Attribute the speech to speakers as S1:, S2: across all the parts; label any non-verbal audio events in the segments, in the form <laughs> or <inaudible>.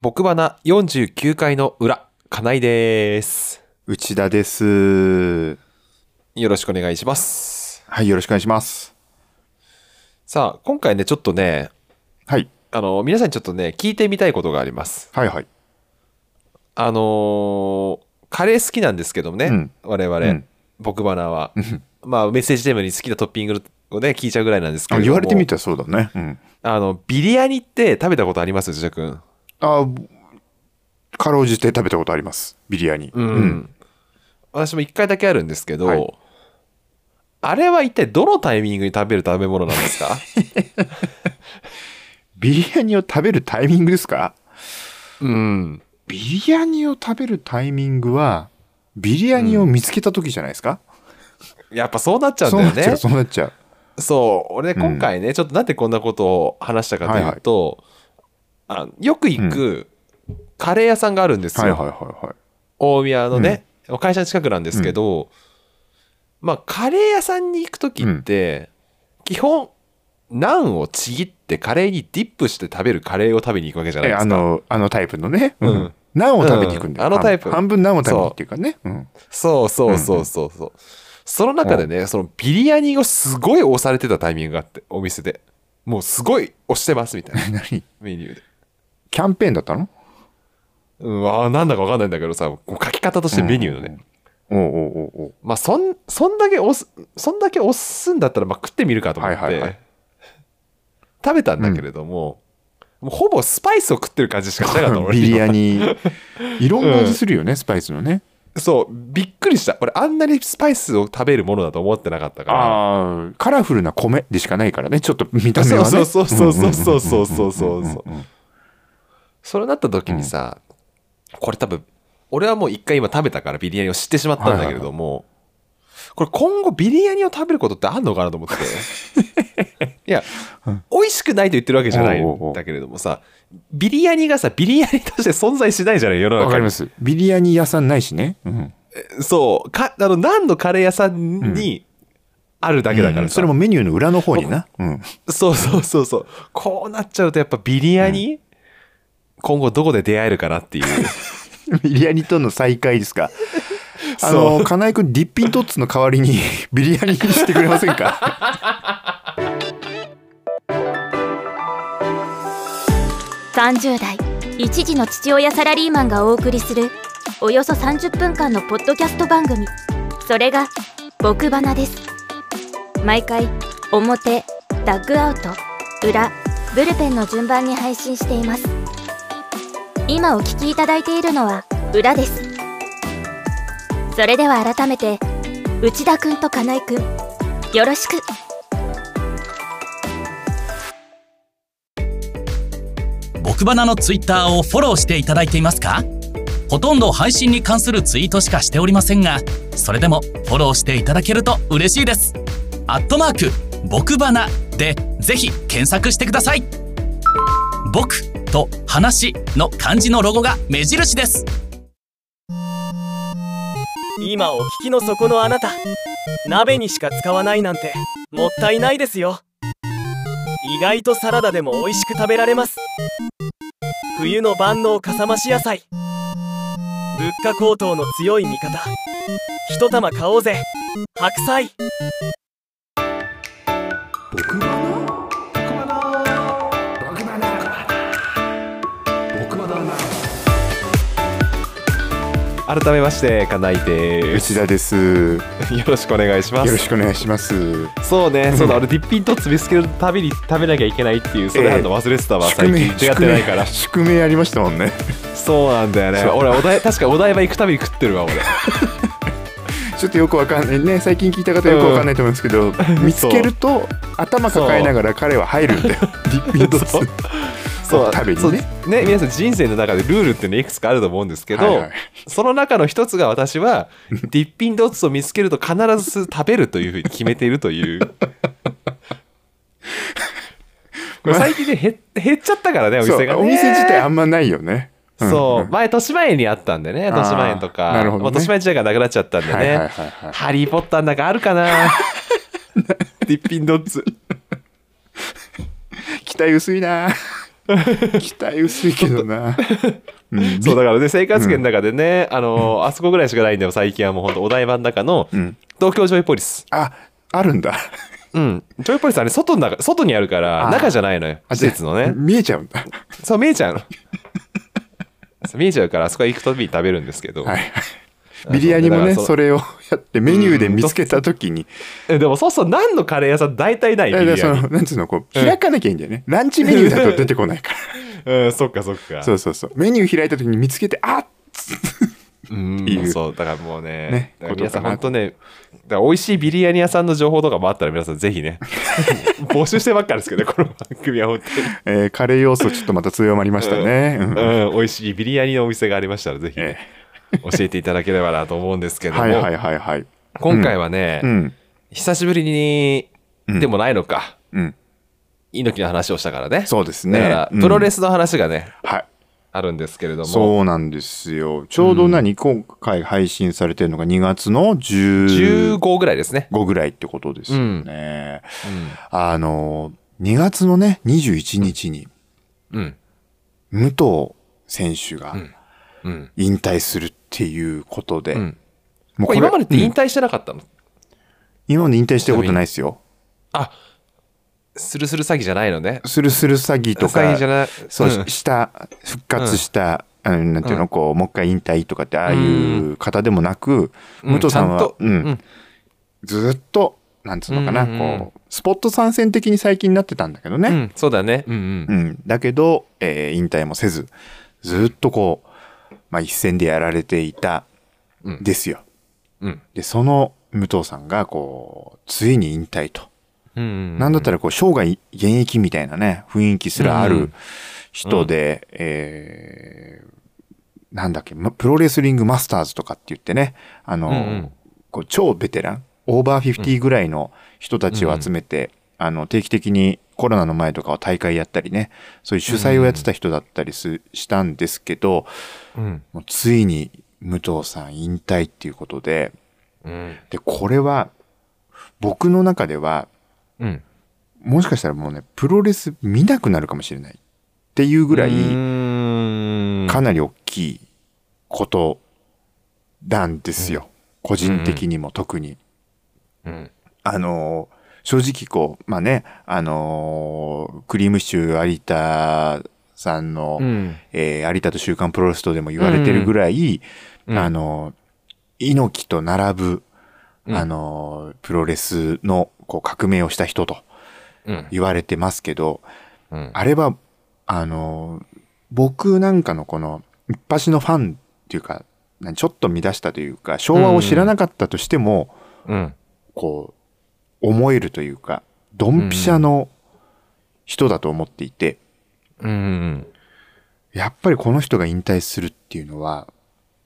S1: 僕花49回の裏、金井です。
S2: 内田です。
S1: よろしくお願いします。
S2: はい、よろしくお願いします。
S1: さあ、今回ね、ちょっとね、
S2: はい。
S1: あの、皆さんにちょっとね、聞いてみたいことがあります。
S2: はいはい。
S1: あのーカレー好きなんですけどもね、
S2: うん
S1: 我々、
S2: うん
S1: 僕花は。まあ、メッセージテーマに好きなトッピングをね、聞いちゃうぐらいなんですけ
S2: あ
S1: れども。
S2: 言われてみたらそうだね。うん。
S1: あの、ビリヤニって食べたことあります内田くん。
S2: あかろうじて食べたことあります。ビリヤニ。
S1: うん。私も一回だけあるんですけど、
S2: はい
S1: あれは一体どのタイミングに食べる食べ物なんです
S2: <laughs>
S1: か
S2: ビリヤニを食べるタイミングですか
S1: うん。
S2: ビリヤニを食べるタイミングは、ビリヤニを見つけた時じゃないですか、
S1: やっぱそうなっちゃうん
S2: そう
S1: だ
S2: な
S1: よ
S2: っちゃ
S1: ね
S2: う、。そうなっちゃう。
S1: そう。俺ね、
S2: うん
S1: 今回ね、ちょっとなんでこんなことを話したかというと、あよく行くカレー屋さんがあるんですよ。
S2: はいはいはいはい。
S1: 大宮のね、会社の近くなんですけど、まあ、カレー屋さんに行く時って、基本、ナンをちぎってカレーにディップして食べるカレーを食べに行くわけじゃない
S2: え
S1: ですか。
S2: あの、あのタイプのね。
S1: うん。
S2: ナンを食べに行くんだよ。
S1: うんあのタイプ
S2: 半分ナンを食べに行くっていうかね。うん。
S1: そうそうそうそうそう。その中でね、そのビリヤニをすごい押されてたタイミングがあって、お店で。もうすごい押してますみたいな
S2: <laughs> 何
S1: メニューで。
S2: キャンペーンだったの
S1: うん、あーなんだかわかんないんだけどさ、こう書き方としてメニューのね。
S2: おうおうおうおう
S1: まあ、そん、そんだけ押す、そんだけ押すんだったら、まあ食ってみるかと思って、
S2: はいはいはい
S1: 食べたんだけれども、もうほぼスパイスを食ってる感じしかしなかった、俺
S2: ビリヤニ。いろんな味するよね、スパイスのね。
S1: そう、びっくりした。俺、あんなにスパイスを食べるものだと思ってなかったから。
S2: ああ、カラフルな米でしかないからね、ちょっと見た目はね。
S1: そうそうそうそうそうそうそうそうそうん
S2: うんうんうんうんうん
S1: それなった時にさ、これ多分、俺はもう一回今食べたからビリヤニを知ってしまったんだけれども、これ今後ビリヤニを食べることってあんのかなと思って。いや、美味しくないと言ってるわけじゃない
S2: おうおうお
S1: ん
S2: う
S1: だけれどもさ、ビリヤニがさ、ビリヤニとして存在しないじゃない世の
S2: わ、か
S1: 中
S2: り
S1: に
S2: ま。す。ビリヤニ屋さんないしね。うん。
S1: そう、か、あの、何のカレー屋さんにあるだけだからさ。
S2: それもメニューの裏の方にな。うん。
S1: そうそうそうそう。こうなっちゃうとやっぱビリヤニ、今後どこで出会えるかなっていう。
S2: ビリヤニとの再会ですか。あ
S1: そ
S2: の、金井君、リッピントッツの代わりに <laughs> ビリヤニにしてくれませんか
S3: 30代一児の父親サラリーマンがお送りするおよそ30分間のポッドキャスト番組それが「僕花」です毎回表ダッグアウト裏ブルペンの順番に配信しています今お聞きいただいているのは裏ですそれでは改めて内田くんと金井くんよろしく
S4: 僕花のツイッターをフォローしていただいていますかほとんど配信に関するツイートしかしておりませんがそれでもフォローしていただけると嬉しいですアットマーク僕花でぜひ検索してください僕と話の漢字のロゴが目印です
S5: 今お聞きの底のあなた鍋にしか使わないなんてもったいないですよ意外とサラダでも美味しく食べられます冬の万能かさ増し野菜物価高騰の強い味方一玉買おうぜ白菜
S1: 改めまして、金井 <laughs> です。
S2: 内田です。よ
S1: よろしくお願いしま
S2: ろ
S1: す。
S2: しくお願いします。
S1: そうね、
S2: ん
S1: そうだ、俺、ディッピントッツ見つけるたびに食べなきゃいけないっていう、それあるの忘れてたわ、最近。違ってないから。
S2: 宿命ありましたもんね。
S1: そうなんだよね。
S2: そう
S1: 俺、お台確かお台場行くたびに食ってるわ、俺。
S2: ちょっとよくわかんないね最近聞いた方よくわかんないと思うんですけど、見つけると頭抱えながら彼は入るんだよリッピント
S1: そう
S2: ツを食べにね
S1: そうね、皆さん、人生の中でルールってね、いくつかあると思うんですけど、
S2: はいはい
S1: その中の一つが私は、ディッピントッツを見つけると必ず食べるというふうに決めているという。これ最近ね、減減っちゃったからね、お
S2: そう
S1: 店が、ね。
S2: お店自体あんまないよねん
S1: そう、
S2: ん
S1: 前、豊島園にあったんでね、
S2: あー
S1: 豊島園とか、
S2: なるほどね
S1: もう豊島園自体がなくなっちゃったんでね、
S2: はいはいはいはい
S1: ハリー・ポッターの中あるかな、
S2: <laughs>
S1: ディッピンドッツ。
S2: 期待薄いな期待薄いけ
S1: <laughs>
S2: どな。うん
S1: そうだからね生活圏の中でね、あのあそこぐらいしかないんだよ最近はもうほんとお台場の中の
S2: うん
S1: 東京ジョイポリス
S2: あ、あるんだ。
S1: うんジョイポリスはね外の中外にあるから
S2: あー
S1: 中じゃないのよ
S2: あ
S1: 施設のね
S2: 見えちゃうんだ。
S1: そう見えちゃうの <laughs> そう見えちゃうからあそこ行くたびに食べるんですけど、
S2: はいはい。ビリヤニも
S1: だ
S2: ね、
S1: から
S2: それをやってメニューで見つけたときに、
S1: えでもそうそう何のカレー屋さん大体ない
S2: い
S1: <laughs> ビリ
S2: やい
S1: ヤ
S2: や
S1: ニ
S2: その、なんつうの、こう、
S1: うん
S2: 開かなきゃいいんだよね。ランチメニューだと出てこないから。
S1: うんそっかそっか
S2: そうそうそう。メニュー開いたときに見つけて、あっつって
S1: うん
S2: いう
S1: そうだからもうね
S2: ね
S1: だから皆さん
S2: ことかな
S1: 本当ねだから美味しいビリヤニ屋さんの情報とかもあったら皆さんぜひね <laughs> 募集してばっかですけどねこの番組は本
S2: えーカレー要素ちょっとまた強まりましたね。うん
S1: 当に、うん、美味しいビリヤニのお店がありましたらぜひ
S2: え
S1: ね教えていただければなと思うんですけ
S2: ー
S1: ども
S2: はいはいはいはい。
S1: 今回はね、
S2: うん。
S1: 久しぶりに
S2: うん
S1: でもないのか、
S2: うん。
S1: 猪木の話をしたからね
S2: そうです
S1: だか
S2: ね
S1: ら。プロレ
S2: ス。
S1: スの話がね、
S2: はい。
S1: あるんですけれども
S2: そうなんですよ。ちょうど何、今回配信されてるのが2月の15
S1: 15ぐらいですね、
S2: ぐらいってことですよね。あの、2月のね、21日に、
S1: うんうん
S2: 武藤選手が
S1: うん
S2: 引退するっていうことで、
S1: うん
S2: も
S1: これ今までって引
S2: うん
S1: 退してなかったの、
S2: 今まで引退したことないですよ。
S1: あスルスル詐欺じゃないのね
S2: スルスル詐欺と
S1: 詐
S2: か
S1: 欺じゃない
S2: そう
S1: うん
S2: した復活した、あのなんていうの、
S1: うん
S2: こうもう一回引退とかってああいう方でもなく、
S1: うん
S2: 武藤さん
S1: ちゃ
S2: は
S1: と、
S2: うん
S1: うん
S2: ずっとなんつうのかな、
S1: うんうんうん
S2: こうスポット参戦的に最近になってたんだけど
S1: う
S2: ね、
S1: んそうだねうんう
S2: うんんだけど、えー引退もせずずっとこう、まあ、一戦でやられていた
S1: うん
S2: ですよ。
S1: うん
S2: でその武藤さんがこうついに引退と。
S1: うんうん
S2: なんだったらこう生涯現役みたいなね、雰囲気すらあ
S1: う
S2: る
S1: ん
S2: 人で、えーなんだっけ、まプロレスリングマスターズとかって言ってね、あの、
S1: うんうん
S2: こう超ベテラン、オーバー50ぐらいの人たちを集めて、あの、定期的にコロナの前とかは大会やったりね、そういう主催をやってた人だったりす、したんですけど、
S1: うん
S2: もうついに武藤さん引退っていうことで、
S1: うん
S2: で、これは、僕の中では、
S1: うん
S2: もしかしたらもうね、プロレス見なくなるかもしれないっていうぐらい、
S1: うん
S2: かなり大きいことなんですよ。個人的にも特に。
S1: うん
S2: あのー、正直こう、まあね、あのー、クリームシチュー有田さんの、
S1: うん
S2: えー有田と週刊プロレスとでも言われてるぐらい、
S1: うん
S2: あの、猪木と並ぶ、
S1: うん
S2: あの、プロレスのこう革命をした人と
S1: うん
S2: 言われてますけど、
S1: うん
S2: あれは、あの、僕なんかのこの、一発のファンっていうか、何ちょっと見出したというか、昭和を知らなかったとしても、
S1: うん
S2: こう、思えるというか、ドンピシャの人だと思っていて、
S1: うん
S2: やっぱりこの人が引退するっていうのは、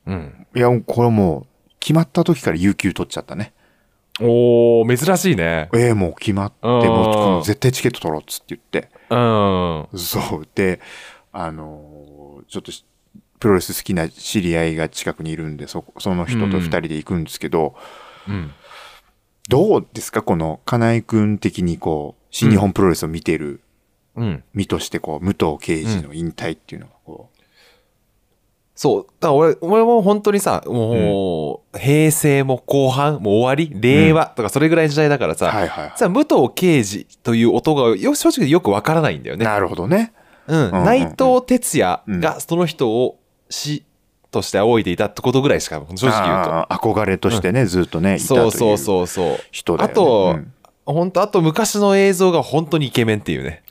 S1: うん
S2: いや、これもう、決まった時から有給取っちゃったね。
S1: おー珍しいね
S2: ええもう決まって、
S1: うん
S2: もう絶対チケット取ろうっつって言って。
S1: うん
S2: そう。で、あのーちょっとし、プロレス好きな知り合いが近くにいるんで、そ、その人と二人で行くんですけど、
S1: うん
S2: どうですかこの、金井君的にこう、新日本プロレスを見てる
S1: うん
S2: 身として、こう、武藤敬司の引退っていうのは、こう、
S1: そう。だから俺、俺も本当にさ、もう、平成も後半、もう終わり、令和とかそれぐらいの時代だからさ、
S2: はいはいはい
S1: さ、武藤敬司という音がよ正直よくわからないんだよね。
S2: なるほどね。
S1: うん。
S2: うんうん
S1: 内藤哲也がその人を死として仰いでいたってことぐらいしか、正直言うと。
S2: あー憧れとしてね、ずっとね、いたとい。
S1: そううそうそうそう。
S2: 人だよ
S1: あ
S2: ね
S1: と、
S2: うん
S1: 本当あと昔の映像が本当にイケメンっていうね。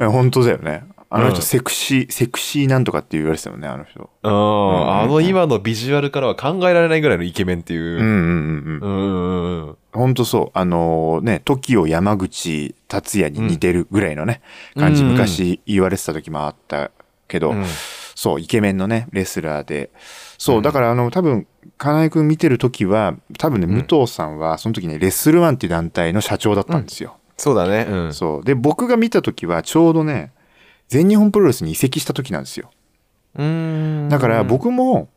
S2: え本当だよね。あの
S1: う
S2: 人
S1: ん
S2: セクシー、セクシーなんとかって言われてたよね、あの人。
S1: うん。あの今のビジュアルからは考えられないぐらいのイケメンっていう
S2: うん
S1: う。
S2: うんうんう。
S1: うんんうんうん。
S2: 本当そう。あのね、TOKIO 山口達也に似てるぐらいのね、感じ
S1: うんうん
S2: 昔言われてた時もあったけど、
S1: うん
S2: そう、イケメンのね、レスラーで。そう、だからあの、多分、金井くん見てる時は、多分ね、
S1: ん
S2: 武藤さんは、その時ね、レッスルワンっていう団体の社長だったんですよ。
S1: そうだね。うん。
S2: そう。で、僕が見た時は、ちょうどね、全日本プロレスに移籍した時なんですよ。
S1: うん
S2: だから僕も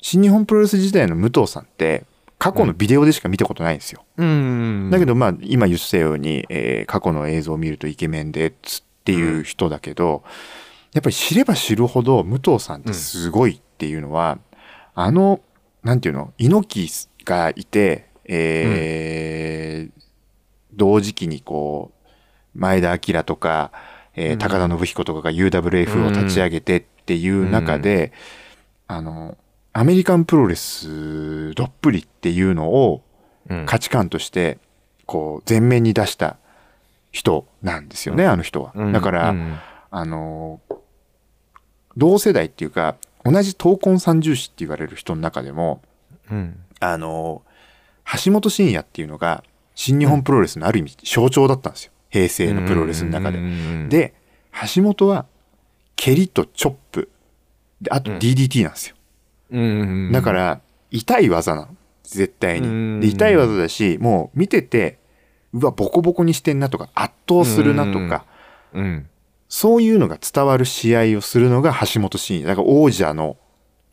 S2: 新日本プロレス時代の武藤さんって過去のビデオでしか見たことないんですよ。
S1: うん。
S2: だけ
S1: ど、
S2: どまあ今言ってたように、えー過去の映像を見るとイケメンでっつっっていう人だけど、やっぱり知れば知るほど武藤さんってすごいっていうのは、あのなんていうの猪木がいて、えー同時期にこう前田明とか、えー
S1: うん
S2: 高田信彦とかが UWF を立ち上げてっていう中で、あのアメリカンプロレスどっぷりっていうのを
S1: うん
S2: 価値観としてこう前面に出した人なんですよね、あの人は。
S1: うん
S2: だから、
S1: うん
S2: あの同世代っていうか同じ闘魂三重士って言われる人の中でも
S1: うん
S2: あの橋本真也っていうのが新日本プロレスのある意味象徴だったんですよ平成のプロレスの中で
S1: うん。うん
S2: で橋本は蹴りとチョップであと
S1: うん
S2: DDT なんですよ。
S1: うん
S2: だから、痛い技なの。絶対
S1: うん
S2: に。で痛い技だし、もう見てて、うわ、ボコボコにしてんなとか、圧倒するなと
S1: うん
S2: か、
S1: うん
S2: そういうのが伝わる試合をするのが橋本真也。だから王者の、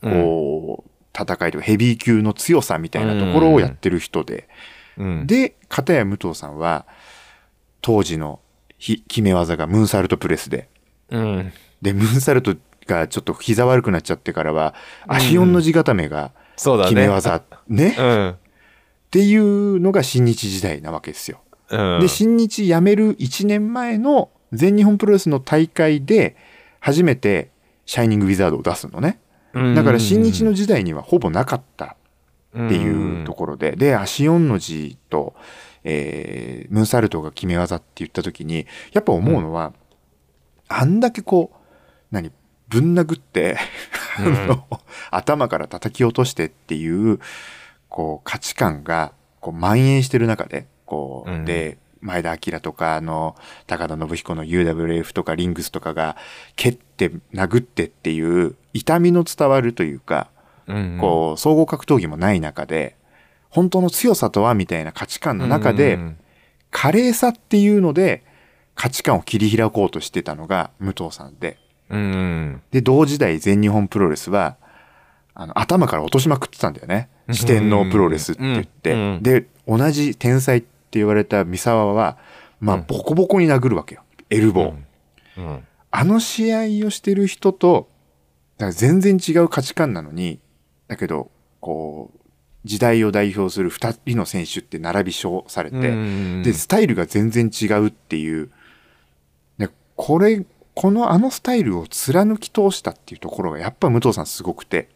S2: こう、戦いとかヘビー級の強さみたいなところをやってる人で。
S1: うん
S2: で、片や武藤さんは、当時のひ決め技がムーンサルトプレスで。
S1: うん
S2: で、ムーンサルトがちょっと膝悪くなっちゃってからは、足4の字固めが
S1: そうだね
S2: 決め技、ね
S1: う。ん
S2: っていうのが新日時代なわけですよ。
S1: うん
S2: で新日辞める1年前の全日本プロレスの大会で初めて「シャイニング・ウィザード」を出すのねだから新日の時代にはほぼなかったっていうところで、で足4の字と、えームーンサルトが決め技って言った時にやっぱ思うのは、あんだけこう何ぶん殴って、 <laughs> あの頭から叩き落としてっていうこう価値観がこう蔓延してる中でこう、
S1: うん
S2: で前田明とかあの高田信彦の UWF とかリングスとかが蹴って殴ってっていう痛みの伝わるというか
S1: うん
S2: こう、総合格闘技もない中で、本当の強さとはみたいな価値観の中
S1: う
S2: で、
S1: ん
S2: 華麗さっていうので、価値観を切り開こうとしてたのが武藤さんで、
S1: うん
S2: で、同時代全日本プロレスは、あの、頭から落としまくってたんだよね。
S1: ん
S2: 四天王プロレスって言っ
S1: うん
S2: て
S1: う。ん
S2: で、同じ天才って言われた三沢は、まあ、
S1: うん
S2: ボコボコに殴るわけよ。エルボー。
S1: うん
S2: あの試合をしてる人と、だから全然違う価値観なのに、だけど、こう、時代を代表する二人の選手って並び称されて、
S1: うん
S2: で、スタイルが全然違うっていう、でこれ、このあのスタイルを貫き通したっていうところがやっぱ武藤さんすごくて、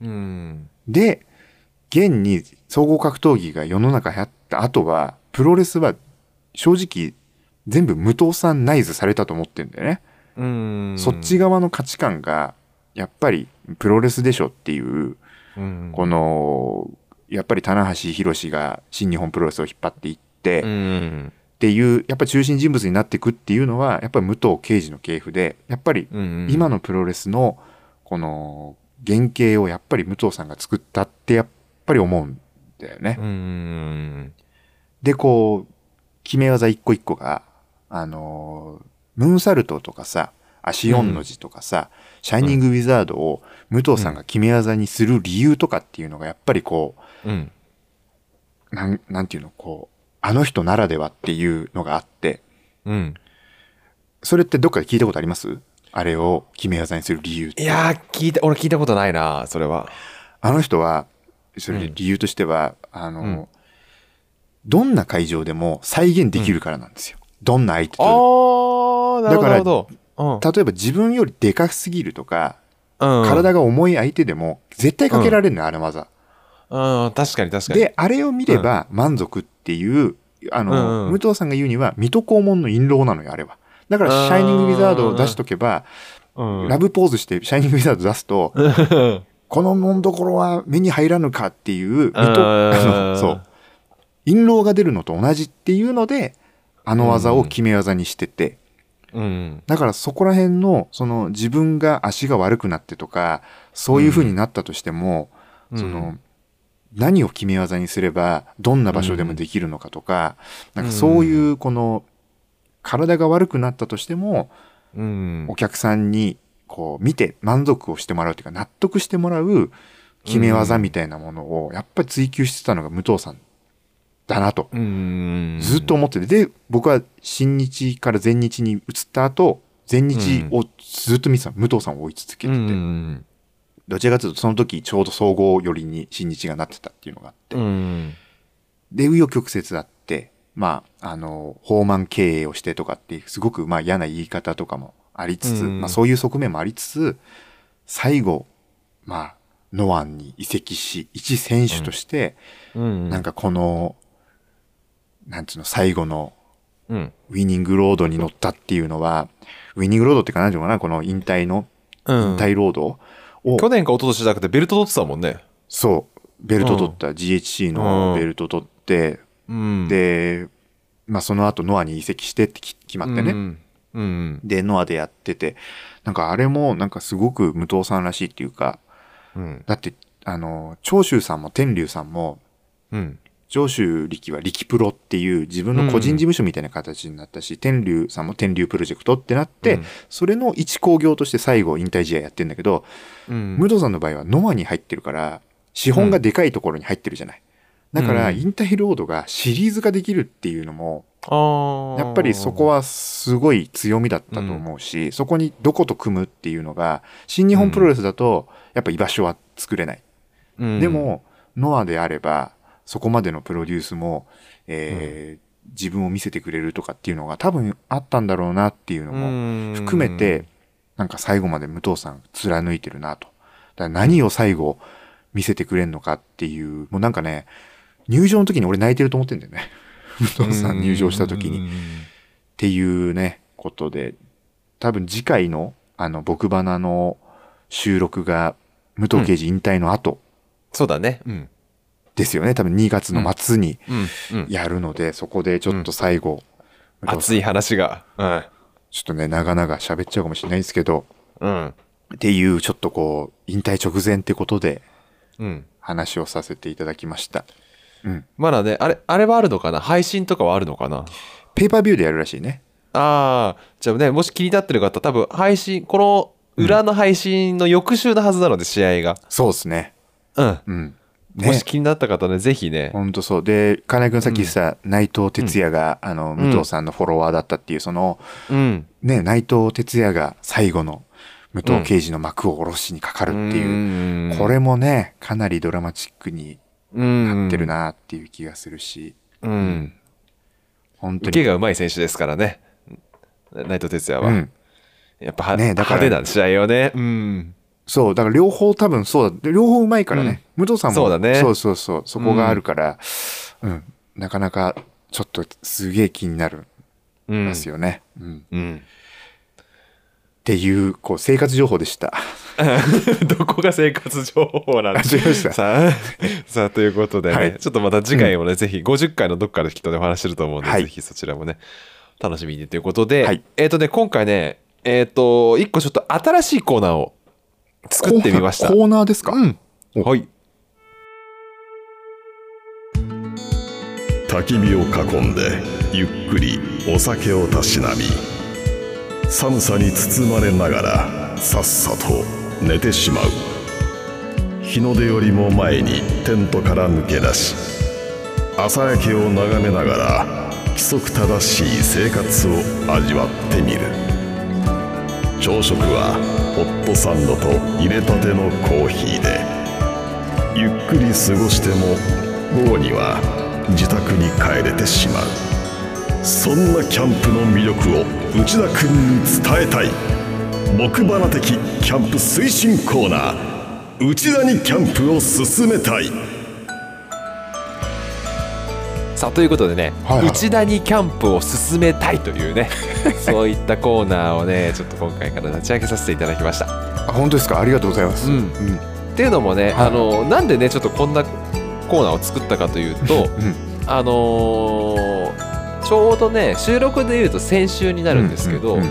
S1: うん
S2: で、現に総合格闘技が世の中流行った後は、プロレスは正直全部武藤さんナイズされたと思ってんだよね。
S1: うん
S2: そっち側の価値観が、やっぱりプロレスでしょっていう、
S1: うん
S2: この、やっぱり棚橋宏が新日本プロレスを引っ張っていって、
S1: う
S2: っ
S1: ん
S2: ていう、やっぱり中心人物になっていくっていうのは、やっぱり武藤敬司の系譜で、やっぱり
S1: うん
S2: 今のプロレスの、この、原型をやっぱり武藤さんが作ったって、やっぱり思うんだよね。
S1: うん
S2: で、こう、決め技一個一個が、あのームーンサルトとかさ、足4の字とかさ、シャイニングウィザードを武藤さんが決め技にする理由とかっていうのがやっぱりこ
S1: うん
S2: う、なん、なんていうの、こう、あの人ならではっていうのがあって、
S1: うん
S2: それってどっかで聞いたことありますあれを決め技にする理由って
S1: いやー聞いた俺聞いたことないなそれは
S2: あの人は、それ
S1: うん
S2: 理由としては、あのー
S1: うん
S2: どんな会場でも再現できるからなんですよ。どんな相手とでも
S1: ああなるほどなるほどうん
S2: 例えば自分よりでかすぎるとか、
S1: うん
S2: 体が重い相手でも絶対かけられるのよ、あの技。
S1: うん確かに確かに
S2: で、あれを見れば満足っていう、あの、
S1: うんうん
S2: 武藤さんが言うには、水戸黄門の印籠なのよ、あれは。だから、
S1: あー
S2: シャイニングウィザードを出しとけば、
S1: うん
S2: ラブポーズして、シャイニングウィザード出すと、このもんどころは目に入らぬかっていう、水戸、 <laughs> あのそう。印籠が出るのと同じっていうので、あの技を決め技にしてて、
S1: <laughs> うん
S2: だからそこら辺の、その自分が足が悪くなってとか、そういう風になったとしても、
S1: うん
S2: そ
S1: うん
S2: の、何を決め技にすれば、どんな場所でもできるのかとか、
S1: うん
S2: なんかそういうこの、体が悪くなったとしても、
S1: うん
S2: お客さんにこう見て満足をしてもらうというか、納得してもらう決め技みたいなものを、やっぱり追求してたのが武藤さんだなと、
S1: うん
S2: ずっと思ってて、で、僕は新日から全日に移った後、全日をずっと見てた、武藤さんを追い続けてて、
S1: うん
S2: どちらかというとその時ちょうど総合寄りに新日がなってたっていうのがあって、
S1: うん
S2: で、紆余曲折あって、まあ、あの、放満経営をしてとかっていう、すごくまあ嫌な言い方とかもありつつ、
S1: うん
S2: まあそういう側面もありつつ、最後、まあ、ノアンに移籍し、一選手として、
S1: うん
S2: なんかこの、なんつうの、最後の
S1: うん
S2: ウィニングロードに乗ったっていうのは、ウィニングロードっていうか何ていうのかな、この引退の、
S1: う
S2: 引
S1: ん
S2: 退ロードを、
S1: 去年か一昨年じゃなくてベルト取ってたもんね
S2: そう、ベルト取った、GHC のベルト取って、
S1: うん
S2: で、まあその後ノアに移籍してってき決まってね、
S1: うんうん
S2: で、ノアでやってて、なんかあれもなんかすごく武藤さんらしいっていうか、
S1: うん
S2: だって、あの、長州さんも天竜さんも、
S1: うん
S2: 上州力は力プロっていう自分の個人事務所みたいな形になったし、天竜さんも天竜プロジェクトってなって、
S1: うん
S2: それの一興行として最後引退試合やってんだけど、
S1: うん
S2: 武藤さんの場合はノアに入ってるから資本がでかいところに入ってるじゃない。だから
S1: うん
S2: 引退ロードがシリーズ化できるっていうのも
S1: ああ
S2: やっぱりそこはすごい強みだったと思うし、そこにどこと組むっていうのが新日本プロレスだとやっぱ居場所は作れない。でも、ノアであれば、そこまでのプロデュースも、えー自分を見せてくれるとかっていうのが多分あったんだろうなっていうのも含
S1: 含
S2: めて、なんか最後まで武藤さん貫いてるなと。だから何を最後見せてくれんのかっていう、もうなんかね、入場の時に俺泣いてると思ってんだよね。 <laughs> 武藤さん入場した時に。っていうね、ことで、多分次回の、あの、僕花の収録が、武藤刑事引退の後、
S1: そうだねうん
S2: ですよね多分2月の末に
S1: うんうん
S2: やるので、そこでちょっと最後、
S1: 熱い話がうん
S2: ちょっとね長々喋っちゃうかもしれないですけど
S1: うん
S2: っていうちょっとこう引退直前ってことで
S1: うん
S2: 話をさせていただきました
S1: まだねあれあれはあるのかな配信とかはあるのかな
S2: ペーパービューでやるらしいね
S1: ああじゃあねもし気になってる方多分配信この裏の配信の翌週のはずなので試合が
S2: そうですね
S1: うん、
S2: うん
S1: も
S2: ね
S1: し気になった方ねぜひね
S2: ほんとそうで金井君さっきさ、内藤哲也が、あの武藤さんのフォロワーだったっていうその、
S1: うん
S2: ね内藤哲也が最後の武藤刑事の幕を下ろしにかかるっていう、
S1: うん
S2: これもねかなりドラマチックに
S1: な
S2: なってるなっていう気がするし、
S1: うん
S2: 本当
S1: 受け
S2: に。
S1: がうまい選手ですからね内藤哲也
S2: う
S1: は、
S2: ん、
S1: やっぱは、
S2: ねだから
S1: 派手な試合をねうん
S2: そう、だから両方多分そうだ、両方うまいからね、武藤さんも、
S1: そうだね
S2: そうそうそう、そこがあるから、うん、なかなかちょっとすげえ気になる
S1: うんん
S2: ですよね。うんっ
S1: うん、
S2: ていう、こう、生活情報でした。
S1: <laughs> どこが生活情報なんだ
S2: あ違いました
S1: さあさあということでね、
S2: はい
S1: ちょっとまた次回もね、ぜひ50回のどっかできっとねお話しすると思うんで、
S2: はい
S1: ぜひそちらもね楽しみにということで、
S2: はい
S1: えっ、とね今回ねえっ、と一個ちょっと新しいコーナーを作ってみました
S2: コーナーコーナーですか、
S1: うん
S2: お
S1: はい
S6: 焚き火を囲んでゆっくりお酒をたしなみ寒さに包まれながらさっさと寝てしまう日の出よりも前にテントから抜け出し朝焼けを眺めながら規則正しい生活を味わってみる朝食はホットサンドと入れたてのコーヒーでゆっくり過ごしても午後には自宅に帰れてしまうそんなキャンプの魅力を内田君に伝えたい木花的キャンプ推進コーナー内田にキャンプを進めたい
S1: さあということでね、
S2: はいはい
S1: 内田にキャンプを進めたいという
S2: <laughs>
S1: ねそういったコーナーをねちょっと今回から立ち上げさせていただきました
S2: あ本当ですかありがとうございます。
S1: うん
S2: うん
S1: っていうのもね、
S2: はい
S1: あのなんでねちょっとこんなコーナーを作ったかというとあのーちょうどね収録でいうと先週になるんですけど、
S2: うんうん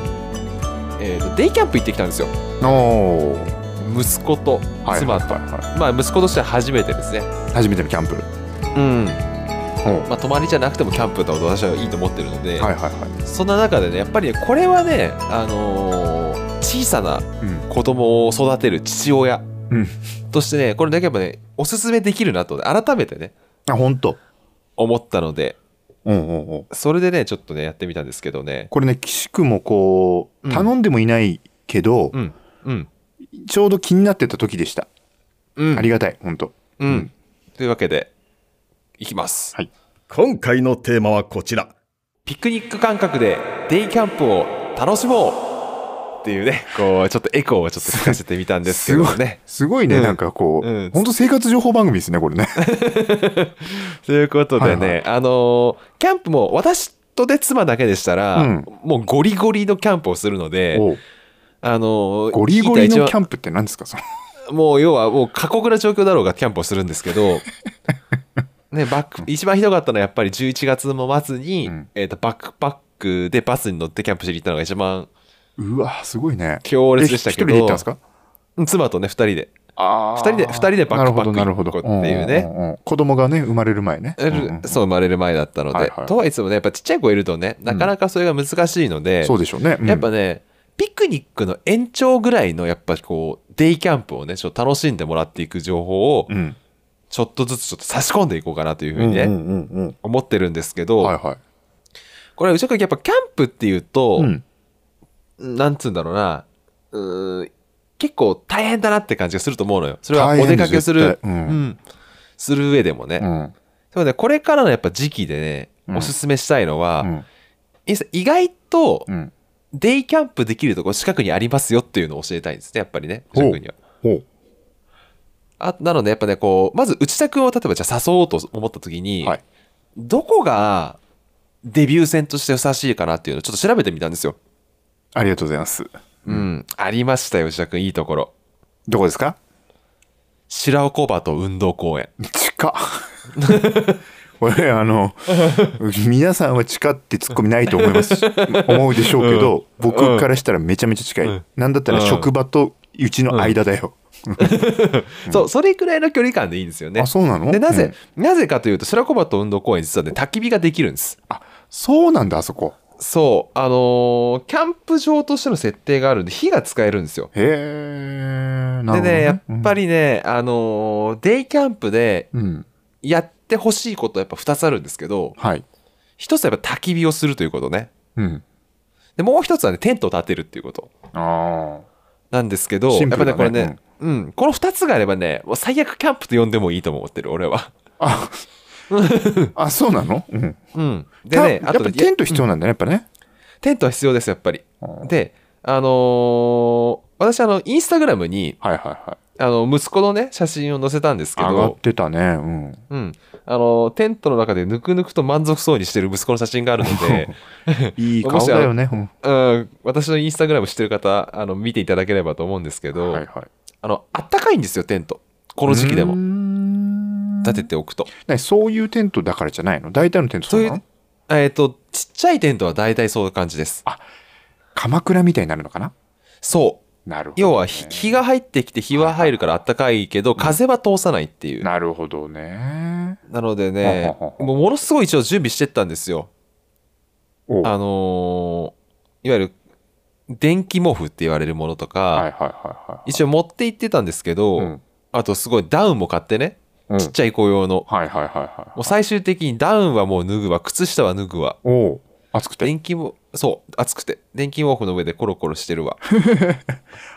S1: えーとデイキャンプ行ってきたんですよ
S2: うんおー
S1: 息子と
S2: はい
S1: 妻と、
S2: はいはいは
S1: まあ息子としては初めてですね
S2: い初めてのキャンプ。
S1: うん
S2: ほう
S1: まあ泊まりじゃなくてもキャンプだと私はいいと思ってるので、
S2: はいはいはい。
S1: そんな中でねやっぱりねこれはねあのー小さな
S2: うん
S1: 子供を育てる父親
S2: うん
S1: としてねこれだけやっぱねおすすめできるなと改めてね
S2: あ、本当
S1: 思ったので、
S2: うんうんうん。
S1: それでね、ちょっとね、やってみたんですけどね。
S2: これね、岸君もこう、
S1: うん
S2: 頼んでもいないけど、
S1: うん。うん。
S2: ちょうど気になってた時でした。
S1: うん。
S2: ありがたい、本当
S1: うん。というわけで、いきます。
S2: はい。
S6: 今回のテーマはこちら
S1: ピクニック感覚でデイキャンプを楽しもうっていうね、こう、ちょっとエコーをちょっと聞かせてみたんですけ
S2: <laughs> す
S1: ど
S2: ご
S1: も
S2: い
S1: ね。。
S2: すごいね、
S1: うん
S2: なんかこう、
S1: うん
S2: 本当生活情報番組ですね、これね。
S1: ということでね、
S2: はい
S1: あのーキャンプも私とで妻だけでしたら、
S2: うん
S1: もうゴリゴリのキャンプをするので、
S2: おう
S1: あのー
S2: ゴリゴリのキャ
S1: ン
S2: ンプって何ですか、その。
S1: プもう要はもう過酷な状況だろうがキャンプをするんですけ
S2: <laughs>
S1: ど、ね、バック一番ひどかったのはやっぱり11月の末に、
S2: うん
S1: えー、とバックパックでバスに乗ってキャンプしに行ったのが一番
S2: うわ、すごいね。
S1: 強烈でしたけど
S2: え一人で行ったんですか
S1: 妻とね2人で
S2: あー
S1: 二人で二人でバックパック
S2: なるほど
S1: 一個っていうね
S2: なるほどんんんん子供がね、生まれる前ね。
S1: える
S2: んんん
S1: そう生まれる前だったので、
S2: はいはい
S1: とはいつもねやっぱちっちゃい子いるとねなかなかそれが難しいので、
S2: そうでしょうね。うん
S1: やっぱねピクニックの延長ぐらいのやっぱこうデイキャンプをねちょっと楽しんでもらっていく情報を
S2: うん。
S1: ちょっとずつちょっと差し込んでいこうかなというふうにね、
S2: うんうんうん
S1: 思ってるんですけ
S2: う
S1: ど、
S2: ん。はいはい。
S1: これは後ろやっぱキャンプっていうと、
S2: うん。
S1: なんつうんだろうなうーん結構大変だなって感じがすると思うのよそれは
S2: 大変
S1: お出かけする
S2: 絶、対うん
S1: んする上でもね、
S2: うん。
S1: でもねこれからのやっぱ時期でね
S2: うん
S1: おすすめしたいのは、
S2: うん
S1: いざ意外と
S2: うん。
S1: デイキャンプできるとこ近くにありますよっていうのを教えたいんですねやっぱりね
S2: ほう
S1: 近くには。
S2: ほう。
S1: あなのでやっぱねこうまず内田君を例えばじゃあ誘おうと思った時に、
S2: はい
S1: どこがデビュー戦としてふさわしいかなっていうのをちょっと調べてみたんですよ。
S2: ありがとうございます。
S1: うん、ありましたよ内田君いいところ。
S2: どこですか
S1: 白岡場と運動公園。
S2: 近っ <laughs> 俺あの皆さんは近ってツッコミないと思います <laughs> 思うでしょうけど、僕からしたらめちゃめちゃ近い、
S1: うん
S2: なんだったら
S1: うん
S2: 職場とうちの間だよ、
S1: そうそれくらいの距離感でいいんですよね。
S2: あそうなの
S1: でな
S2: う
S1: ぜ
S2: ん、
S1: なぜかというと白岡場と運動公園実はね焚き火ができるんです。
S2: あそうなんだあそこ
S1: そう、あのーキャンプ場としての設定があるんで、火が使えるんですよ。
S2: へえなるほど、
S1: でね、やっぱ
S2: り、
S1: りね、あのーデイキャンプで
S2: うんうん
S1: やってほしいことはやっぱ2つあるんですけど、
S2: はい、
S1: 1つはやっぱ焚き火をするということね。
S2: うん、
S1: で、もう1つはね、テントを建てるっていうこと
S2: あ
S1: なんですけど、
S2: シン
S1: や
S2: プ
S1: っぱ
S2: ル
S1: ね、
S2: だ
S1: こ
S2: ね
S1: れね、うん、この2つがあればね、もう最悪キャンプと呼んでもいいと思ってる、俺は。 <laughs>
S2: ああそうなの、うん、
S1: うん。で
S2: で
S1: ね
S2: ね、
S1: あ
S2: やっ
S1: と
S2: ぱ
S1: ね
S2: テント必要なんだねやっぱね、
S1: テントは必要です、やっぱり。
S2: うん
S1: で、あのー私、あの、インスタグラムに、
S2: はいはいはい
S1: あの、息子のね、写真を載せたんですけど、
S2: 上がってたねうん
S1: うん、あのテントの中でぬくぬくと満足そうにしてる息子の写真があるので、
S2: <laughs> いい顔だ
S1: <laughs>
S2: よね、うん
S1: うん、私のインスタグラムしてる方あの見ていただければと思うんですけど、
S2: はいはい
S1: あのあったかいんですよテントこの時期でも
S2: も
S1: 立てておくと。
S2: 何そういうテントだからじゃないの大体のテントそ
S1: そううい
S2: な
S1: う
S2: の
S1: えっ、とちっちゃいテントは大体そういう感じです。
S2: 鎌倉みたいになるのかな
S1: そう
S2: なるほど、ね。
S1: 要は日日が入ってきて日は入るからあったかいけど風は通さないっていう。
S2: なるほどね。
S1: なのでね
S2: ほうほうほう
S1: もうものすごい一応準備してったんですよ。
S2: お
S1: あ
S2: はい
S1: のーいわゆる電気毛布って言われるものとか。
S2: はいはいはい。
S1: 一応持って行ってたんですけど、
S2: うん
S1: あとすごいダウンも買ってね、
S2: うん
S1: ちっちゃい子用の
S2: はいはいはいはい。
S1: もう最終的にダウンはもう脱ぐわ靴下は脱ぐわ
S2: おお暑くて。
S1: 電気もそう暑くて電気毛布の上でコロコロしてるわ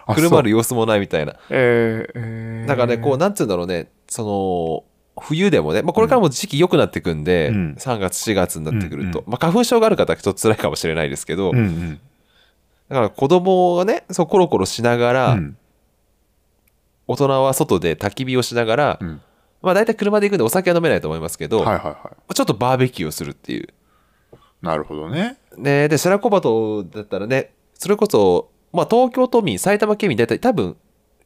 S2: あ
S1: くるまる
S2: そう
S1: 様子もないみたいな
S2: えー、えー
S1: だからねこうなんつうんだろうねその冬でもね、まあ、これからも時期良くなってくんで、
S2: うん
S1: 3月4月になってくると、
S2: うん
S1: まあ、花粉症がある方はちょっと辛いかもしれないですけど、
S2: うんうん。
S1: だから子供がねそうコロコロしながら、
S2: うん
S1: 大人は外で焚き火をしながら、
S2: うん
S1: まあ大体車で行くんでお酒は飲めないと思いますけど、
S2: はいはいは
S1: ちょっとバーベキューをするっていう。
S2: い。なるほどね。
S1: ね、で、白子鳩だったらね、それこそ、まあ東京都民、埼玉県民大体多分、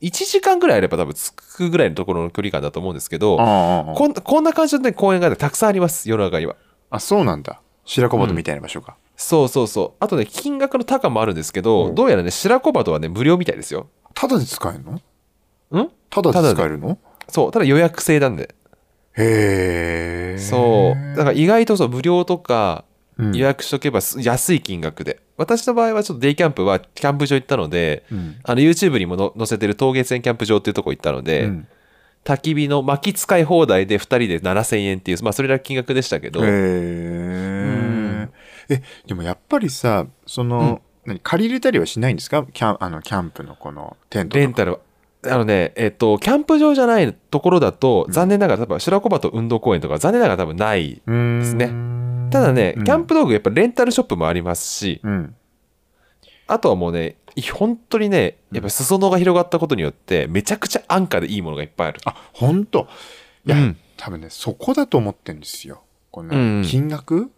S1: 1時間ぐらいあれば多分着くぐらいのところの距離感だと思うんですけど、
S2: あああ
S1: こんこんな感じの、ね、公園がね、たくさんあります、世の中には。
S2: あ、そうなんだ。白子鳩みたいな場所か。
S1: そうそうそう。あとね、金額の高もあるんですけど、
S2: うん
S1: どうやらね、白子鳩はね、無料みたいですよ。
S2: ただで使えるの
S1: ん
S2: ただで使えるの
S1: そう、ただ予約制なんで。
S2: へえ。
S1: そう。だから意外とそう、無料とか、
S2: うん
S1: 予約しとけばす安い金額で。私の場合はちょっとデイキャンプはキャンプ場行ったので、
S2: うん
S1: あの YouTube にもの載せてる陶芸船キャンプ場っていうとこ行ったので、
S2: うん
S1: 焚き火の薪使い放題で2人で7000円っていう、まあ、それら金額でしたけど、
S2: へええでもやっぱりさその、何借りれたりはしないんですかキャンあのキャンプのこのテントとか
S1: レンタルはあのね、えっと、キャンプ場じゃないところだと、残念ながら、多分白子鳩運動公園とか、残念ながら多分ない。
S2: です
S1: ねただね、キャン
S2: プ、
S1: プ道具、やっぱレンタルショップもありますし、
S2: うん、
S1: あとはもうね、本当にね、やっぱ裾野が広がったことによって、めちゃくちゃ安価でいいものがいっぱいある。
S2: あ本当いや、
S1: うん
S2: 多分ねそこだと思ってんですよこの、
S1: うん
S2: 金額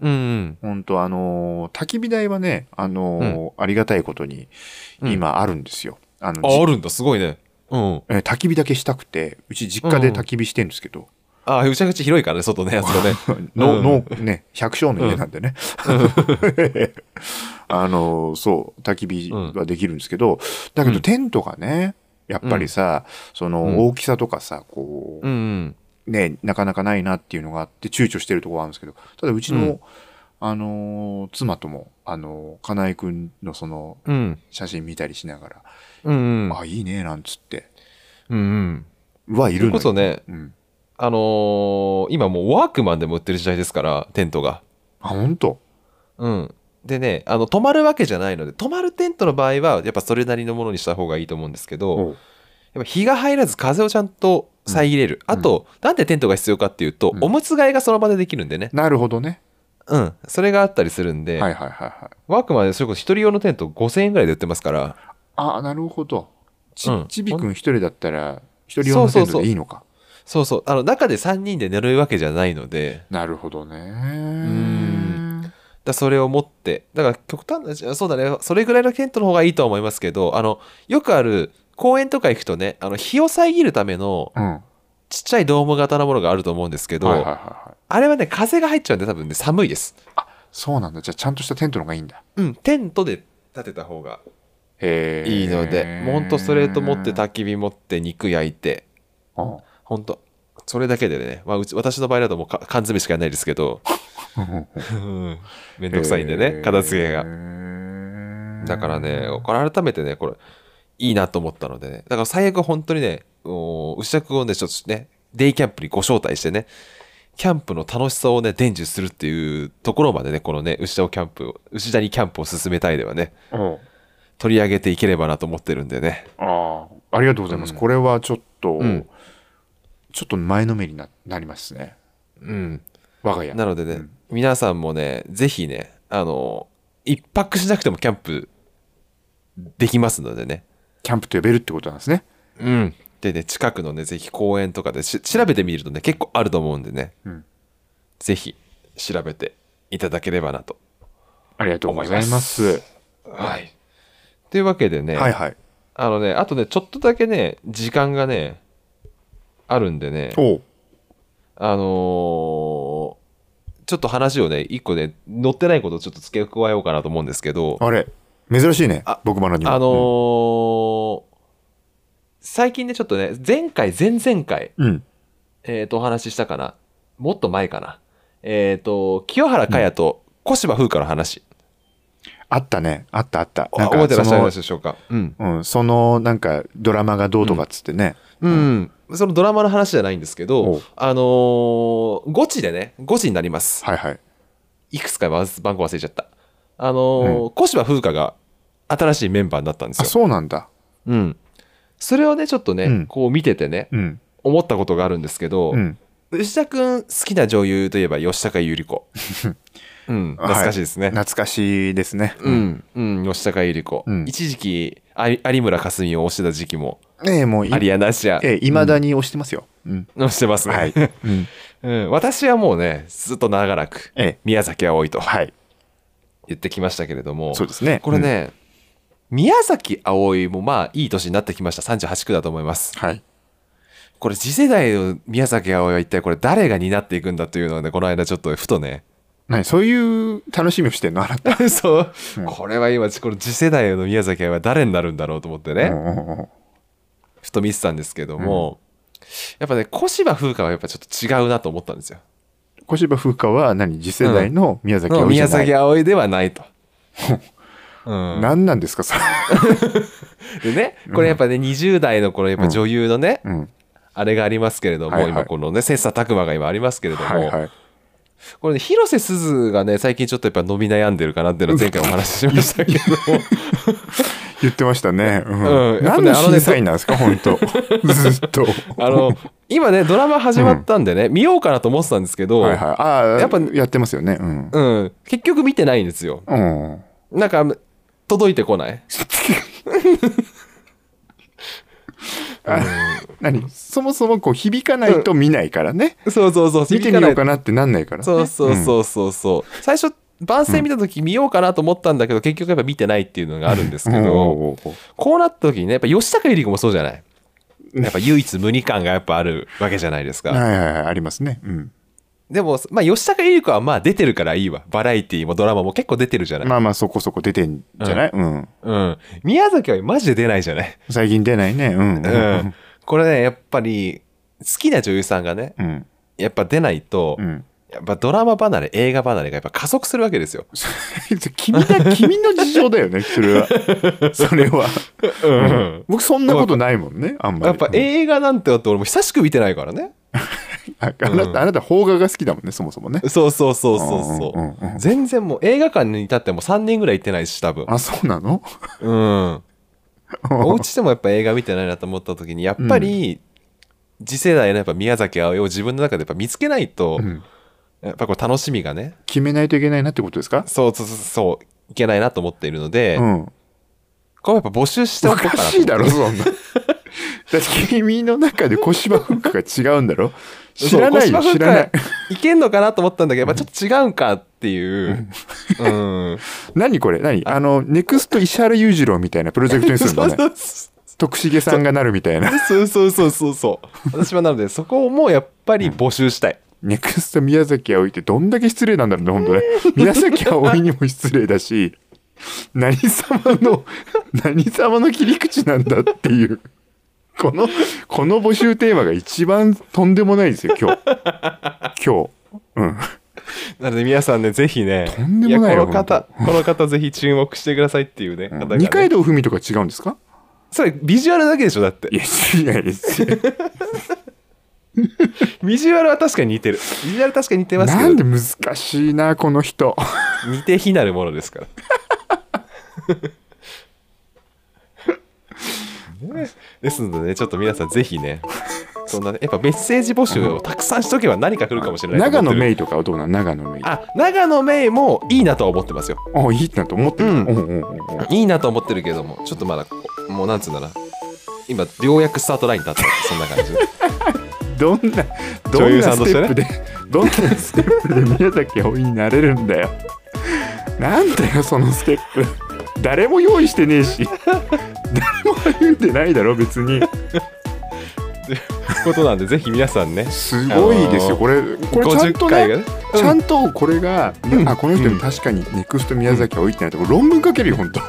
S1: うんうん。
S2: 本当あのー焚き火台はねあのーありがたいことに
S1: うん
S2: 今あるんですよ、あの
S1: あ、
S2: じ
S1: あるんだ、すごいね。うん。
S2: えー焚き火だけしたくてうち実家で焚き火してんですけど、
S1: あ、うちゃくちゃ広いからね、外 <laughs> ね、あそこね。
S2: の
S1: うん
S2: のね百姓の家なんでね、 <laughs> あのそう焚き火はできるんですけど、だけ
S1: う
S2: ど
S1: ん
S2: テントがねやっぱりさ、そ
S1: うん
S2: の大きさとかさこ
S1: うんうん。
S2: うねなかなかないなっていうのがあって躊躇してるところあるんですけどただうちの、
S1: うん
S2: あの妻ともあの金井くんのその
S1: うん。
S2: 写真見たりしながら
S1: うんう
S2: 「
S1: ん。
S2: あいいね」なんつって
S1: うんうん。
S2: はい
S1: それ
S2: るの
S1: こ
S2: よ
S1: そね、
S2: うん、
S1: あのー今もうワークマンでも売ってる時代ですから、テントが。
S2: あ本当
S1: うん。でね、あの、泊まるわけじゃないので、泊まるテントの場合は、やっぱそれなりのものにした方がいいと思うんですけど、
S2: おう
S1: やっぱ日が入らず風をちゃんと遮れる。
S2: ん
S1: あと、なんでテントが必要かっていうと、
S2: うん
S1: おむつ替えがその場でできるんでね。
S2: なるほどね、
S1: うん。それがあったりするんで、
S2: はいはいはいはい
S1: ワークマンでそれこそ一人用のテント5000円ぐらいで売ってますから、
S2: あなるほど。ち,、
S1: うん
S2: ちびくん一人だったら、一人用のテン
S1: そうそうそ
S2: ト
S1: う
S2: でいいのか。
S1: そうそう、あの、中で3人で寝るわけじゃないので、
S2: なるほどね。
S1: んだそれを持って、だから極端なじゃ、そうだね、それぐらいのテントの方がいいとは思いますけど、あの、よくある公園とか行くとね、あの、日を遮るための
S2: うん。は
S1: ちっちゃいドーム型のものがあると思うんですけ
S2: い
S1: ど、
S2: はいはいはい。
S1: あれはね、風が入っちゃうんで多分ね、寒いです。
S2: そうなんだ。じゃあ、ちゃんとしたテントの方がいいんだ。
S1: うん、テントで立てた方が
S2: へえ。
S1: いいので、もうほんとそれと持って焚き火持って肉焼いて、
S2: うん。
S1: ほんと、それだけでね、まあ、うち私の場合だともうか缶詰しかやらないですけど、うんめんどくさいんでね、片付けが。
S2: が
S1: だからね、これ改めてね、これ、いいなと思ったのでね。だから最悪本当にね、お牛田君をね、ちょっとね、デイキャンプにご招待してね、キャンプの楽しさをね、伝授するっていうところまでね、このね、牛田をキャンプを、牛田にキャンプを進めたいではね、
S2: うん
S1: 取り上げていければなと思ってるんでね。
S2: ああ、ありがとうございます。
S1: うん
S2: これはちょっと、
S1: ん
S2: ちょっと前のめりにななりますね。
S1: うん。
S2: 我が家。
S1: なのでね、
S2: うん
S1: 皆さんもね、ぜひね、あの、一泊しなくてもキャンプできますのでね。
S2: キャンプと呼べるってことなんですね。
S1: うん。でね、近くのね、ぜひ公園とかでし調べてみるとね、結構あると思うんでね、
S2: うん
S1: ぜひ調べていただければなと。
S2: ありがとうございます。
S1: 思いはい。というわけでね、
S2: はいはい。
S1: あのね、あとね、ちょっとだけね、時間がね、あるんでね、
S2: おう
S1: あのーちょっと話をね、一個ね、載ってないことをちょっと付け加えようかなと思うんですけど、
S2: あれ、珍しいね
S1: あ。
S2: 僕バナにも。
S1: あのー最近ね、ちょっとね、前回、前々回、
S2: うん、うん。
S1: えっ、と、お話ししたかな。もっと前かな。えっ、と、清原かやと小芝風花の話。
S2: あったね。あったあった。
S1: あ
S2: なん
S1: 覚えてら
S2: か
S1: っしゃいま
S2: そ
S1: すでしょうか。うん。
S2: の、うん、その、なんか、ドラマがどうとかっつってね。
S1: うん。そのドラマの話じゃないんですけ
S2: お
S1: ど
S2: う、
S1: あのー、ゴチでね、ゴチになります。
S2: はいはい。
S1: いくつか番号忘れちゃった。あのー小芝風花が新しいメンバーになったんです
S2: あ、
S1: よ。
S2: そうなんだ。
S1: うん。それをね、ちょっとね、
S2: うん
S1: こう見ててね、
S2: うん。
S1: 思ったことがあるんですけど、
S2: うん。
S1: 吉田くん好きな女優といえば吉高由里
S2: <laughs>
S1: 子。うん、懐かしいですね。
S2: は懐かしいですね。
S1: う。ん、うん、吉高由里子、
S2: うん
S1: 一時期あり有村架純を推してた時期も
S2: ねえ、もうい、
S1: ありやなしや、
S2: ええ、いまだに押してますよ。うん。
S1: うん推してますね、
S2: はい。うん。
S1: <laughs> うん、私はもうねずっと長らく
S2: ええ。
S1: 宮崎葵と
S2: はい。
S1: 言ってきましたけれども、
S2: そうですね。
S1: これね、宮崎葵もまあいい年になってきました38区だと思います
S2: うん。はい。
S1: これ次世代の宮崎葵は一体これ誰が担っていくんだというのはねこの間ちょっとふとね
S2: 何そういう楽しみをしてんのあなた。
S1: <laughs> そう、
S2: うん
S1: これは今この次世代の宮崎葵は誰になるんだろうと思ってね、
S2: うんうんうん
S1: ふと見てたんですけども、やっぱね小芝風花はやっぱちょっと違うなと思ったんですよ。
S2: 小芝風花は何次世代の宮崎
S1: 宮崎
S2: な
S1: 葵ではないと。うん
S2: 何なんですか、そ
S1: で
S2: れ。
S1: ねこれやっぱね20代の頃やっぱ女優のね、
S2: うん。
S1: あれがありますけれども、
S2: はいはい
S1: 今このね、切磋琢磨が今ありますけれども、
S2: はいはい。
S1: これね、広瀬すずがね、最近ちょっとやっぱ伸び悩んでるかなっていうのは前回お話ししましたけど、
S2: <laughs> 言ってましたね。うん
S1: うんやっぱ
S2: 何
S1: ね
S2: の
S1: あのね
S2: 審査員なんですか、本当
S1: <laughs>
S2: ずっと。 <laughs>
S1: あの、今ね、ドラマ始まったんでね、見ようかなと思ってたんですけど、
S2: はいはい。ああ、
S1: や
S2: や
S1: っ
S2: っ
S1: ぱ
S2: ぱやってますよね。うん。
S1: うん、結局見てないんですよ。
S2: うん。
S1: なんか、届いてこない。
S2: 何そもそもこう響かないと見ないからね。
S1: そうそうそう、
S2: 見てみようか
S1: な。
S2: なってなんないからね。
S1: そうそう
S2: うん。
S1: そうそうそう。最初、番宣見た時見ようかなと思ったんだけど、結局やっぱ見てないっていうのがあるんですけど、
S2: おうおうおう
S1: こうなった時にね、やっぱ吉高由里子もそうじゃない。やっぱ唯一無二感がやっぱあるわけじゃないですか。
S2: はいはいはい、ありますね。うん。
S1: でも、まあ吉高由里子はまあ出てるからいいわ。バラエティもドラマも結構出てるじゃない。
S2: まあまあ、そこそこ出てんじゃないうん。
S1: うん。宮崎はマジで出ないじゃない。
S2: 最近出ないね。うん。 <laughs>
S1: うん。これね、やっぱり、好きな女優さんがね、
S2: うん。
S1: やっぱ出ないと、
S2: うん。
S1: やっぱドラマ離れ、映画離れがやっぱ加速するわけですよ。
S2: <laughs> 君だ、君の事情だよね、それ
S1: <laughs>
S2: は。それは。
S1: うん。
S2: 僕、そんなことないもんね、あんまり。
S1: やっぱ映画なんてだって俺も久しく見てないからね。
S2: ああなた、あなた、邦画が好きだもんね、そもそもね。
S1: そうそうそうそうそ
S2: うんうんうんう
S1: う。
S2: ん
S1: 全然もう映画館に至っても3年ぐらい行ってないし、多分。
S2: あ、そうなの
S1: うん。お家でもやっぱ映画見てないなと思った時に、やっぱり、次世代のやっぱ宮崎あおいを自分の中でやっぱ見つけないと、
S2: うん
S1: やっぱこう楽しみがね、
S2: 決めないといけないなってことですか
S1: そうそうそうそう、いけないなと思っているので、
S2: うん。
S1: これやっぱ募集して
S2: お
S1: おこうかな
S2: か
S1: と思っ
S2: していだろ、そ
S1: <laughs>
S2: んな。だって君の中で小芝風花が違うんだろ知らない
S1: そ
S2: よ、
S1: う小芝
S2: 知らない。
S1: 風花いけんのかなと思ったんだけど、やっぱちょっと違うんかっていう。
S2: <laughs>
S1: うん。
S2: 何これ何あの、ネクスト石原裕次郎みたいなプロジェクトにする
S1: <laughs> そ
S2: の
S1: う
S2: ね。徳重さんがなるみたいな。
S1: そうそうそうそう。私はなので、そこをもうやっぱり募集したい。
S2: ネクスト宮崎あおいってどんだけ失礼なんだろうね、本当ね。宮崎あおいにも失礼だし、 <laughs> 何様の、 <laughs> 何様の切り口なんだっていう。この、この募集テーマが一番とんでもないですよ、
S1: <laughs>
S2: 今日。今日。うん。
S1: なので皆さんね、ぜひね、
S2: とんでもない
S1: や
S2: よ
S1: この方、この方ぜひ注目してくださいっていうね、方がね
S2: 二階堂ふみとか違うんですか
S1: それビジュアルだけでしょ、だって
S2: い。や、違うです。
S1: ビジュアルは確かに似てる。ビジュアル確かに似てますけ
S2: な
S1: ど
S2: ん、で難しいな、この人。
S1: 似て非なるものですから。ねですのでね、ちょっと皆さんぜひね、そんなね、やっぱメッセージ募集をたくさんしとけば何か来るかもしれない
S2: 長野
S1: イ。
S2: 芽衣とかはどうなん長野芽衣。
S1: あ、長野メイもいいなとは思ってますよ。
S2: あ、いいなと思ってる。
S1: うん
S2: うんうんうんうん
S1: いいなと思ってるけども、ちょっとまだこう、もうなんつうんだな。今、ようやくスタートラインに立った。そんな感じ。
S2: <laughs> どんな、ど
S1: 女
S2: ん
S1: 優さ
S2: なんス
S1: とし
S2: テ
S1: て
S2: ッ
S1: ね
S2: プで、どんなステップで宮崎葵になれるんだよ。なんだよ、そのステップ。誰も用意してねえし、誰も歩んでないだろ、別に。
S1: ことなんで、ぜひ皆さんね。
S2: すごいですよ、これ、これちゃんと
S1: 50回が
S2: ね
S1: ね。
S2: ちゃんとこれが、あこの人に確かにネクスト宮崎は置いてないとこれ論文書けるよ本
S1: <laughs>
S2: 当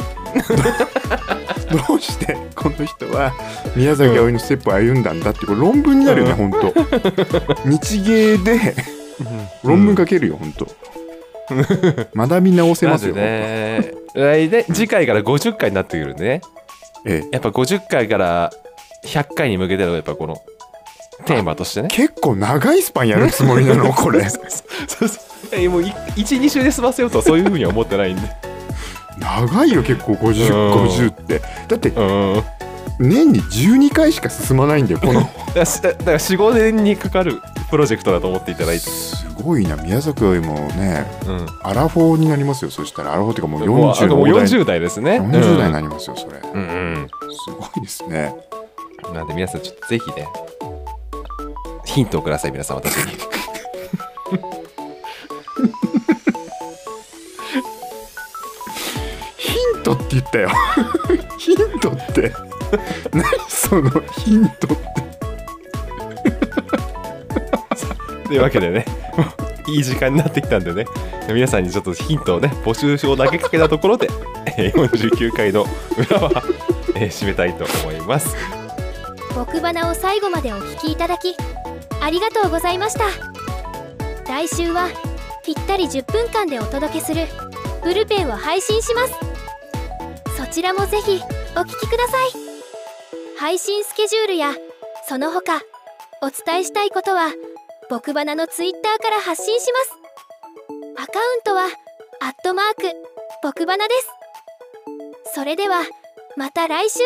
S2: どうしてこの人は宮崎葵のステップを歩んだんだってこれ論文になるよね、本当日芸で論文書けるよ本当学び直せますよ、
S1: なんでね。来年、次回から50回になってくるんでね。
S2: ええ
S1: やっぱ50回から100回に向けてのやっぱこのテーマとしてね。
S2: 結構長いスパンやるつもりな
S1: <laughs>
S2: のこれ
S1: そうそういやもう12週で済ませようとはそういうふうには思ってないんで。
S2: 長いよ結構
S1: うん
S2: 5050ってだって
S1: うん。
S2: 年に12回しか進まないんだよ
S1: <laughs>
S2: この
S1: だしだだから4、5年にかかるプロジェクトだと思っていただいて。
S2: すごいな宮崎よりもね
S1: うん。
S2: アラフォーになりますよそしたらアラフォーっていうかもう
S1: もうあ
S2: 40
S1: のもう
S2: 代
S1: 40代ですね。
S2: 40代になりますよそれす
S1: うん。うん
S2: ごいですね
S1: うん。なんで皆さんちょっとぜひね、ヒントをください、皆さん私に。
S2: ヒントって言ったよ <laughs> ヒントって何そのヒントって
S1: というわけでね、 <laughs> いい時間になってきたんでね、皆さんにちょっとヒントをね、募集を投げかけたところで、えー49回の裏は、えー締めたいと思います。
S3: 僕花を最後までお聞きいただきありがとうございました来週はぴったり10分間でお届けするブルペンを配信しますそちらもぜひお聞きください配信スケジュールやその他お伝えしたいことは僕花のツイッターから発信しますアカウントはアットマーク僕花ですそれではまた来週